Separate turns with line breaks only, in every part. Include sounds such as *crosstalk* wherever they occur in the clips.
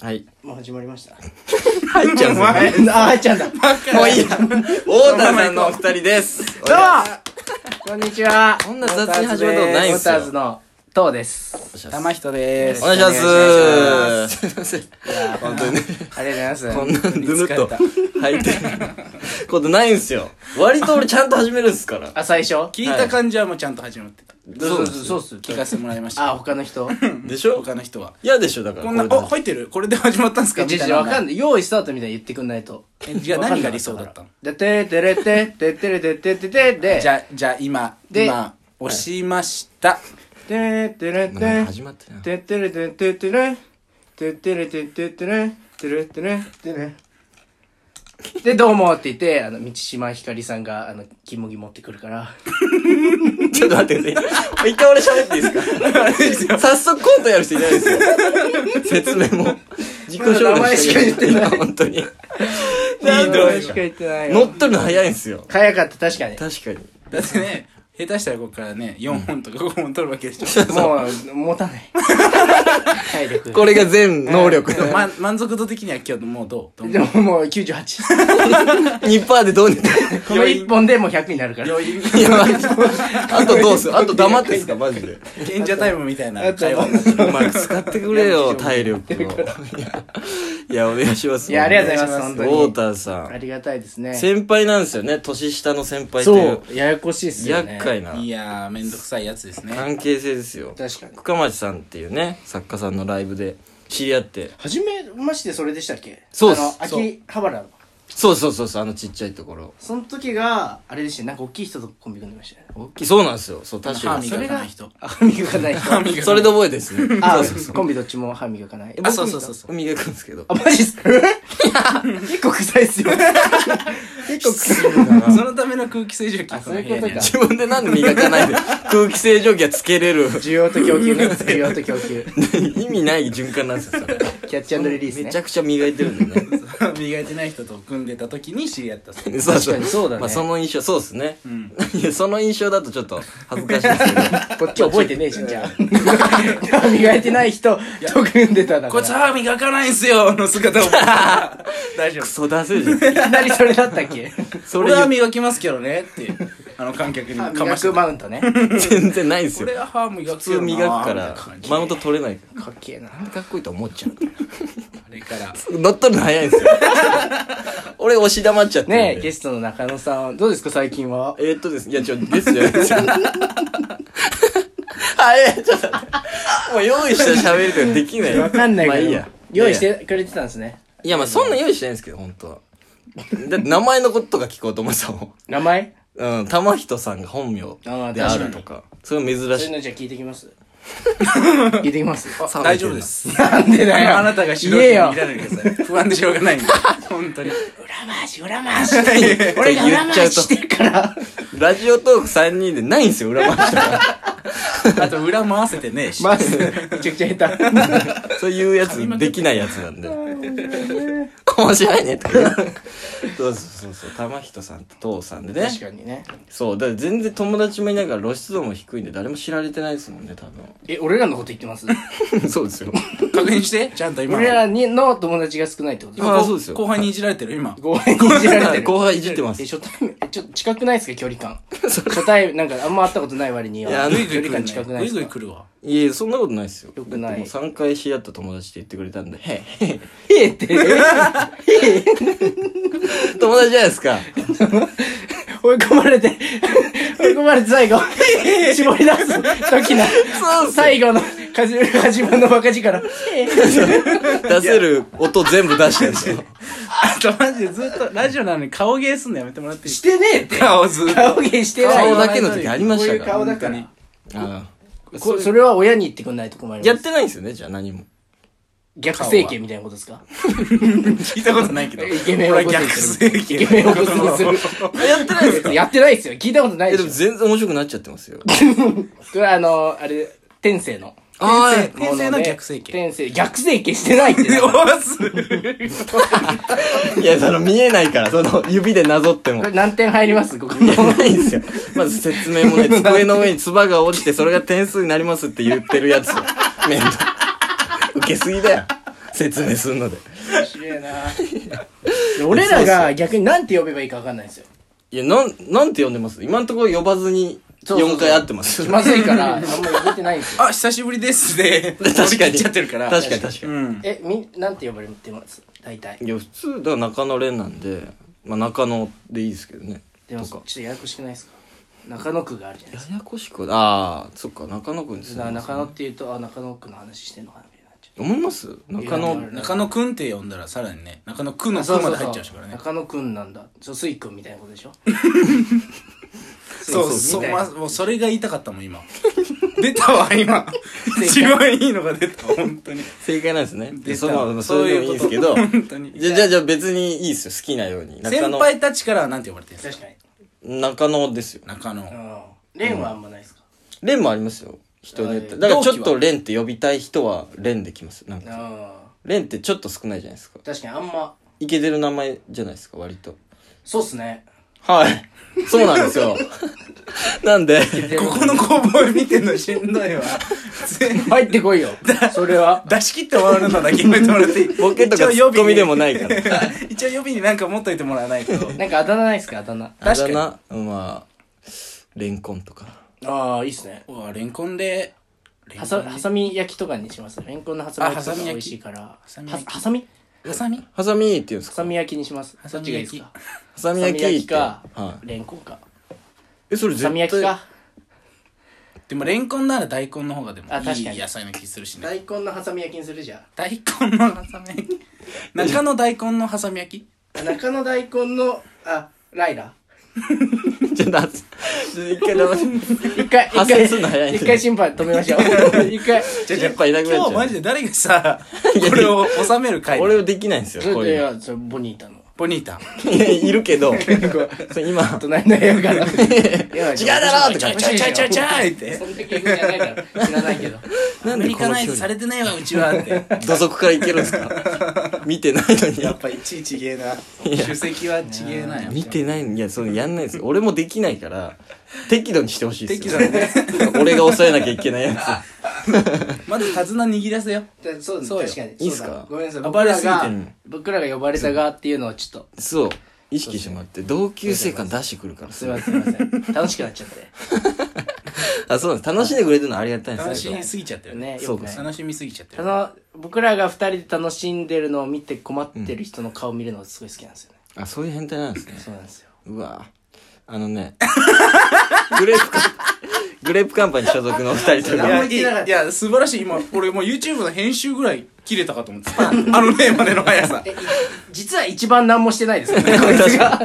はい。
もう始まりま
*laughs*
した。
入っちゃうんですよ
*laughs*
ね。
あ、入っちゃうんだ。
もういいや。太田さんのお二人です。
どうも *laughs* こんにちは。
こんな雑に始めたことないんすよ
ウォーターズの、とうです。玉人で
お
す。
願いします。すいません。本当にね。
ありがとう
こ
ご
ん
ざい
な
ます。
んぬるっ
本
と
当に疲れ
入ってることないんすよ。割と俺ちゃんと始めるんすから
た。あ、最初
聞いた感じはもうちゃんと始まってた、
そうです
そうっす。
聞かせてもらいました
あ、他の
*laughs*
人
でしょ
他の人は
嫌でしょだから。
こんな
れで
お入ってるこれで始まったんすか
え、
み
じ
たい
じ
な
わかんない。用意スタートみたいに言ってくんないと。
えじゃあ何が理想だったの
で、ててれて、ててれててててで、
じゃあじゃあ今
で
今押しました
てて
な
れて、
んか始まってな。
ててれてててれ、ててれてててれ、てれてれてれ。で、どうもって言って、あの、道島ひかりさんが、あの、キモギ持ってくるから。
ちょっと待ってください。一回俺喋っていいですか早速コントやる人いないですよ。説明も。自己紹介
まだ名前しか言ってない
や本当に。いいドライ
確か言ってない
乗
よ。
っとるの早いんすよ。
早かった、確かに。
確かに。
だってね下手したらここからね4本とか5本取るわけでしょ
もう、持た
*laughs*
ない。体力。
これが全能力
で
の
も。ま満足度的には今日もうどうどう
でももう98。
2%でどう
*laughs*
にか。
この1本でもう100になるから。
余韻
いや、あとどうするあと黙ってっすかマジで。
賢者タイムみたいな
あと
会話
うまく使ってくれよ、体力を。いやいや、お願いします。
いや、ありがとうございます、本当に。
ウォーターさ
あ
ん。
りがたいですね。
先輩なんですよね、年下の先輩とい
そうう、ややこしいっすよね。
厄介ない
やーめんどくさいやつですね
関係性ですよ。
確かに。
深町さんっていうね、作家さんのライブで知り合って。
初めましてそれでしたっけ
そうっす
あの、秋葉原の。
そうそうそうそう、あのちっちゃいところ。
その時が、あれでしたよなんか大きい人とコンビ組んでましたよね。
大きい。そうなんですよ。そう、確
歯
か
磨
に。
それ
か
が
ない人
歯磨かない人。
それで覚えてですね。
あ、コンビどっちも歯磨かない。
あそうそうそうそう
僕磨くんですけど。
あ、マジっすか結構臭いっすよ。結構臭い。
そのための空気清浄機
あそういうことか
の部屋にある
自分でなんで磨かないで空気清浄機はつけれる *laughs*
需要と供給ね。需要と供給。
意味ない循環なんですよ、それ。
キャッチリリースね。
めちゃくちゃ磨いてるんで *laughs* ね。
*laughs*
磨いてない人と組んでた時に知り合ったそ
そ
う
うそう
確かにそうだね
まあその印象、そうですね。いや、その印象だとちょっと恥ずかしいですけど。 *laughs*
こっち覚えてねえしん *laughs* ちゃん。歯磨いてない人と組んでたんだか
こ
ら。
いつ歯磨かないんすよの
*laughs*
姿を大丈
ク
夫
ソ出せるじゃん。
いきなりそれだったっけ
そ
俺
れ
は
言う
磨きますけどねってあの観客に
歯
かま
磨
して
く
た
マウントね。
全然ないんですよ
俺。は歯磨く
普通磨くから
よなみたいな感、じ
マウント取れないか
かっけえな。
ら。かっこいいと思っちゃう。
あれから
乗っ取るの早いんですよ。俺押し黙っちゃってるんで。
ねえ、ゲストの中野さん、どうですか最近は
えーっとですね、いや、ちょ、ゲ
*laughs*
ストじゃないですよ。はい、ちょっと待って。もう用意して喋るとかできないよ
わかんない
まあ
け
い
ど。
いや。
用意してくれてたんですね。
いや、まあそんな用意してないんですけど、本当は。だって名前のこととか聞こうと思ってたもん。
名前
うん、玉人さんが本名であるとか。それ珍
そうい
し
う
い。
のじゃあ聞いてきます。 *laughs* 聞いてきます。 *laughs*
大丈夫です
なんでだよ。
あなたが主導
言え
権を
よ
見。られるけどさ不安でしょうがないんで本当に
裏回し、裏回 *laughs* し。俺が裏回ししてるから。
ラジオトーク3人でないんですよ、裏回しとか。
あと裏回せてねえし
まず、 *laughs* めちゃくちゃ下手。
そういうやつ、できないやつなんで。 *laughs* 面白いね、とか言う。そうそうそう、玉人さんと父さんでね。
確かにね。
そう、だから全然友達もいないから露出度も低いんで誰も知られてないですもんね、多
え、俺らのこと言ってます
分。そうですよ。
確認してちゃんと今
俺らにの友達が少ないってことです
ああそうですよ
後輩にいじられてる今
後輩にいじられてる。
後輩いじってます
*laughs* え、初対面、えちょっと近くないですか距離感。初対面、なんかあんま会ったことない割には。
いやあの
ぐい
距
ぐ
離
い来る
感
ね
近くな
ぐ
いで
い
す
ぐい
か
来るわ
いや、そんなことないですよ。
よくな
だ
い
ってもう3回知り合った友達って言ってくれたんで、へえ、へ
ええって。
え、友達じゃないですか。
追い込まれて、追い込まれて最後、絞り出す時の、最後の、かじ、かじまのバカ力。
出せる音全部出してるんですよ。
あとマジでずっとラジオなのに顔芸すんのやめてもらっていい
してねえって。
顔ずっと
顔芸してない。
顔
こ
だけの時ありま
う
し
いう
たから。
顔だから。
ああ
こそれは親に言ってくんないと困り
や
ま
っ
す。
てないんですよね、じゃあ何も。
逆整形みたいなことですか
聞いたことないけど。
イケメンを起
俺
こ
逆
すに
整
す
形。
る。イケメンを起こすにす
やってないです
る。やってないですよ。聞いたことない
え、
で
で
し
も
ょ。
全然面白くなっちゃってますよ。
これはあの、あれ、天性の。
ああ、
天性の逆整形。
天性、逆整形してないって。こ
おす
いや、その見えないから、その指でなぞっても
れ。何点入りますここ
い
の。
やないんですよ。まず説明もね、机の上に唾が落ちて、それが点数になりますって言ってるやつ。面倒。受けすぎだよ。説明するので。
面白いなで *laughs* 俺らが逆になんて呼べばいいかわかんないんですよ。
いや、なん、なんて呼んでます今のところ呼ばずに、
そうそうそう
4回会ってます。
*laughs* 気まずいから、あんま呼べてないんですよ。
*laughs* あ、久しぶりですで、
確かに
乗り切っちゃってるから。
確かに確かに。
うん。
え、み、なんて呼ばれてます大体。
いや、普通、だから中野連なんで、まあ中野でいいですけどね。
でも、
と
ちょ
か
っ。とややこしくないですか中野区があるじゃないで
や
す
やこしく、ああ、そっか、中野くんです
か。だから中野って言うと、あ、中野区の話してんのかなみたいになっちゃ
思います中野
いや、
中野くんって呼んだらさらにね、中野くん
う。
の
あ
くまで入っちゃうしからね。
中野くんなんだ。そう、すいくんみたいなことでしょ
そうそう
みたい
ま
な
あもうそれが言いたかったもん、今。 *laughs* 出たわ、
*laughs*
今。一番いいのが出た、本当に。
正解なんですね。
出た
そうまあそういうのもいいですけど。
そういうこと本当に
じゃ、じゃ、じゃあ別にいいですよ。好きなように。中
先
野。
輩たちからはなんて呼ばれてるんです
確
か
かに。
中野ですよ。
中
う
野。
ん。レンはあんまないですか
連もありますよ。人によって。
あ
だからちょっ
同期
と
は
連って呼びたい人は連できます。なんか。
あ
連ってちょっと少ないじゃないですか
あ。。確かにあんま、
イケてる名前じゃないですか、割と。
そうっすね。
はい。そうなんですよ。なんで、
ここの工房見てんのしんど
*laughs*
いわ。
*laughs* 入ってこいよ。それは。
出し切って終わるのだけ決めてもらっていい
*laughs* ボケとか
一応
ツッコミでも
い。
ないから。
*laughs* 一応予備になんか持っといてもらわないと。
なんかあだ名ないですかあだ名。
あ
確か
だ
に
名、まあ、レンコンとか。
ああ、いいっすね。
うわ、レンコンで、レンコ
は
ン
さ、はさみ焼きとかにします。レンコンのはさみ焼きとか美味しいから。は
さみ焼き
はさみ
ハサミ
ハサミって言うんです
は
か
さみ焼きにします。
は
ど
さ
っち
み
がいい
焼
です
き
かは
ハサミ
さ
焼
み
きっ
焼き
て。
か
は、い。
レンコンか。
え、それ
は
絶
さ
対。
み焼きか。
でもレンコンなら大根の方がでも
あ確か
い
に
い野菜の気するしね。
大根のはさみ焼きにするじゃ
大根のハサミ焼き。中の大根のハサミ焼き
ん。中の大根の、あ、ライラ。
*laughs* ちょっと、一回黙って。
*laughs*
一回、一
発
回、
生すんの早いね
一回審判止めましょう。一回。
じゃじゃやっぱいなくなっちゃう
今日マジで誰
*laughs*
がさ、これを収める回
俺はできないんですよ、こう
い
いう
や、それボニータの。
ポニータ。
の。いや *laughs* いるけど、それ今、
隣の部
*laughs*
屋か
違
ら。
うだろと
ちょ
か
いちょいちょいちょいちょいっ
そ
て。
んだけじゃないから。知らないけど。
な
ア
ん
メ
で
リ
こ
カ
の
ナイ
距
ズさ
離、
れてないわ、うちはって。
*laughs* 土足からいけるんですか見てないのに。
やっぱいちいちげえな。 *laughs* 主席はちげえな。
見てないのいや、それやんないですよ。俺もできないから、適度にしてほしいですよ。
適度ね
*laughs* 俺が抑えなきゃいけないや
まず手綱握らせよ。
だそうです
そうよ
確かに
いいっすか
そうだごめんなさい
暴
僕
れ
ら
すぎて
が
うん
僕らが呼ばれた側っていうのをちょっと
つ。そう。意識してもらって、同級生感出してくるから。
すいませんすいません楽しくなっちゃって
あ、そうなんです。楽しんでくれてるのはありがたいんで
楽
すけ
し
ど。
みすぎちゃってるね。
ね
そ
よ
う
く
か
ね
楽しみすぎちゃって
そ
る。
の僕らが二人で楽しんでるのを見て困ってる人の顔見るのすごい好きなんですよね
あ、そういう変態なんですね。
そうなんですよ
うわぁ。あのね、グレープカン、グレープカンパニー所属のお二人と
い
あんま
か
や、
り
い
聞いてなかった
いや素晴らしい。今、俺もう YouTube の編集ぐらい切れたかと思ってた。あのね、までの速さ。
えい実は一番何もしてないですよ
*laughs*
ねこいつが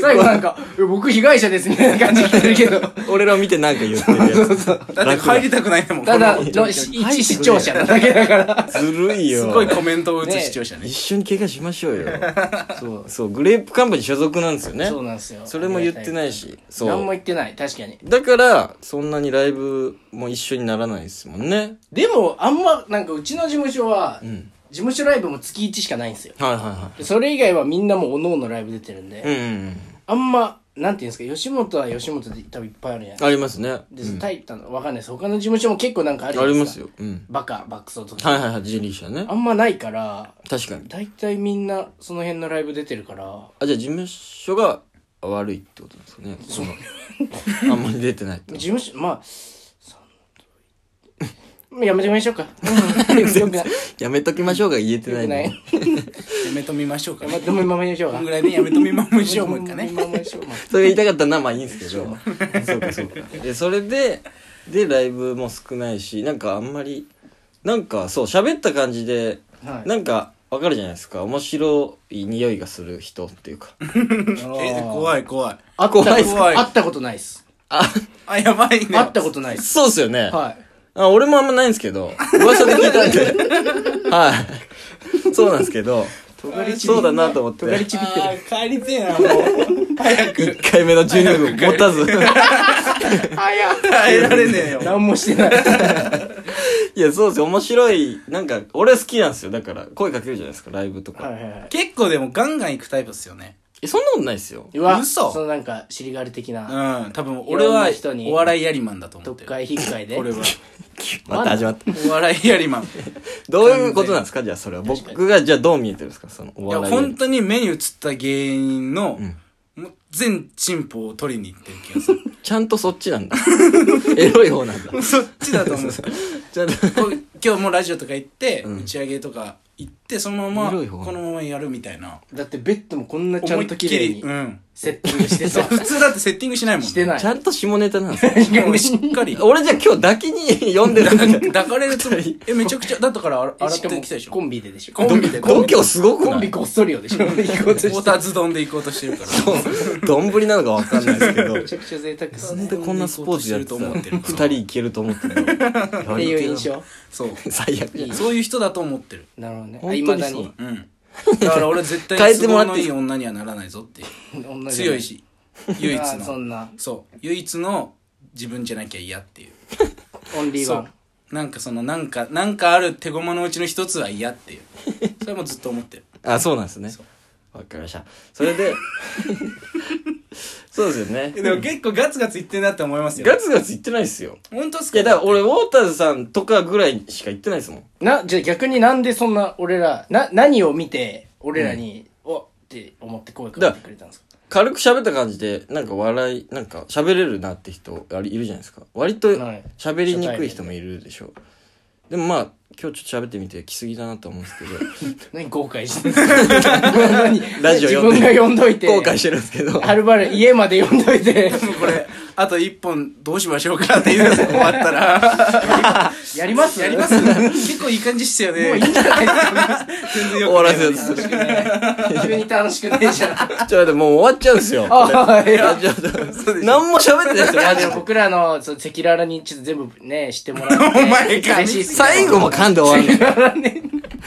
最後なんか「いや僕被害者です」みたいな感じで言ってるけど
俺らを見てなんか言ってる
*laughs*
やつ。
だって帰りたくないんだもん。
ただ
この
のし一視聴者なだけだから
ずるいよ。
すごいコメントを打つ視聴者ね
一。緒に怪我しましょうよ。
そう
そう、グレープカンパニー所属なんですよね。
そうなんですよ
それも言ってないし。そ
何も
う。
言ってない確かに
だから、そんなにライブも一緒にならないですもんね。
でもあんまなんかうちの事務所は
うん。
事務所ライブも月1しかないんですよ
はいはいは
でそれ以外はみんなもおのおのライブ出てるんで、
い。うんうんうん。
あんまなんていうんですか吉本は吉本で多分いっぱいあるじゃない
ありますね。
で
う
す
ん
か、タイタンわかんないです他の事務所も結構なんかあるじ
あ
ゃな
り
い
ま
ですすか
よ。うん。
バカバックソーとか、
はいはいはい、ジェリー社ね
あ。んまないから
確かに。
大体みんなその辺のライブ出てるから
あ、じゃあ事務所が悪いってことなんですかね。その、あんまり出てないって
事務所まあそんやめてみましょうか、うん、よくない
やめときましょうが言えて
よ
な
く
い
ない
ね
や。
やめとみましょうか。
めてみましょう
こ
か
んぐらいでやめとみましょう、もう一回ね。
やめてみましょうまあ
それが言いたかったのはまあいいんですけ
*laughs*
ど。そうかそうか。で、それで、で、ライブも少ないし、なんかあんまり、なんかそう、喋った感じで、
はい
なんかわかるじゃないですか。面白い匂いがする人っていうか。
え、怖い怖い。
あった
怖
いっすか
会ったことないです。
あ、
あ、やばいね。
会ったことないです。
そうっすよね。
は
あ俺もあんまないんですけど、噂で聞いたんで。
*laughs*
はい。そうなんですけど、そうだなと思って。
い。ちびって
あー帰りてえな、もう。早く。
1回目の12分持た
*laughs*
ず。
る。あや。
耐えられねえよ。
何もしてない。
いや、そうですよ。面白い。なんか、俺好きなんですよ。だから、声かけるじゃないですか、ライブとか。
はいはいはい
結構でもガンガン行くタイプっすよね。
え、そんなことないですよ。
うわ、
嘘
そのなんか、尻がれ的な、
うん、多分俺はい
ろんな人に
お笑いやりマンだと思っ
特
てる。
会、引っかいで。
俺は。
また始まった。
お笑いやりマン。い
どういうことなんですかじゃあそれは。僕がじゃあどう見えてるんですかそのお
や、
笑いより。
本当に目に映った芸人の、もう全チンポを取りに行ってる気がする。
ちゃんとそっちなんだ。 *laughs* エロい方なんだ。
そっちだと思うんですよ。
ちゃんと。
こう今日もラジオとか行って、打ち上げとか行って、そのまま、
広い方
このままやるみたいな。
だってベッドもこんなちゃ
思い
ん
っ
と
き
綺
り
麗に
う、ん。
セッティングして
そう
さ、
普通だってセッティングしないもんね。
してない
ちゃんと下ネタなんですよ。
いや。俺しっかり。
*laughs* 俺じゃあ今日抱きに呼んでるんだけど。
抱かれるつもり。え、めちゃくちゃ、だったからあら
え
洗っ
しか
て
も
きたでしょ。
コンビででしょ。
コンビで
コン
度
ビ、
胸すごく
コ
な
ンビ
い
こっそりよでしょ。行こうとして
おたず丼で行こうとしてるから。
どんぶりなのかわかんないですけど。
めちゃくちゃ贅沢っす
な
ね。
んでこんなスポーツやってた
どんぶり行こうとしてると思って
二人
る
いけると思ってるの
っていう印。象。
そう。
最悪じゃん。
そういう人だと思ってる。
なるほどね。
本当に
いまだ
そう
に。
うん。だから俺絶対
変えて
都
もら
合
って
のいい女にはならないぞっていう。
女じゃな
強い。し、唯一
あーそ
の。
んな、
そう。唯一の自分じゃなきゃ嫌っていう。
オンリーワン。
なんかその、なんか、なんかある手駒のうちの一つは
*laughs*
嫌っていう。それもずっと思ってる。
あ、そうなんですね。わかりました。それ *laughs* で、そうですよね。
でも結構ガツガツ言ってんなって思います
*laughs*
よ。
ガツガツ言ってないですよ。
本当っす
い
か
や、だから俺、ウォーターズさんとかぐらいしか言ってないですもん。
な、じゃあ逆になんでそんな俺ら、な、何を見て、俺らに、おって思って声かけてくれたんですか
軽く喋った感じで、なんか笑い、なんか喋れるなって人、あれいるじゃないですか。割と
はい
喋りにくい人もいるでしょう。でもまあ、今日ちょっと喋ってみて、来すぎだなと思うんですけど、
何後悔してるんですか
*laughs*
何
ラジオ読んで
自分が読んどい *laughs* て。
後悔してるんですけど、
はるばる家まで読んどいて、
これ、あと一本どうしましょうかっていうの終
*laughs*
わったら、
*laughs* やります
やります結構いい感じっすよね。
もういいんじゃないですか
*laughs* 全然
終
よ
わ
く
ら
ない
せようとする。ちょっ
急に楽しくねえじゃん。 *laughs*
と待って、もう終わっちゃうんですよ。
ああ、いや。
ちょっと、何も喋ってないですよ、マジ
で
で
も。僕らの、そう、 *laughs* 赤裸々にちょっと全部ね、知ってもらって。
お前か
嬉しいっすけど
最後も噛んで終わるの。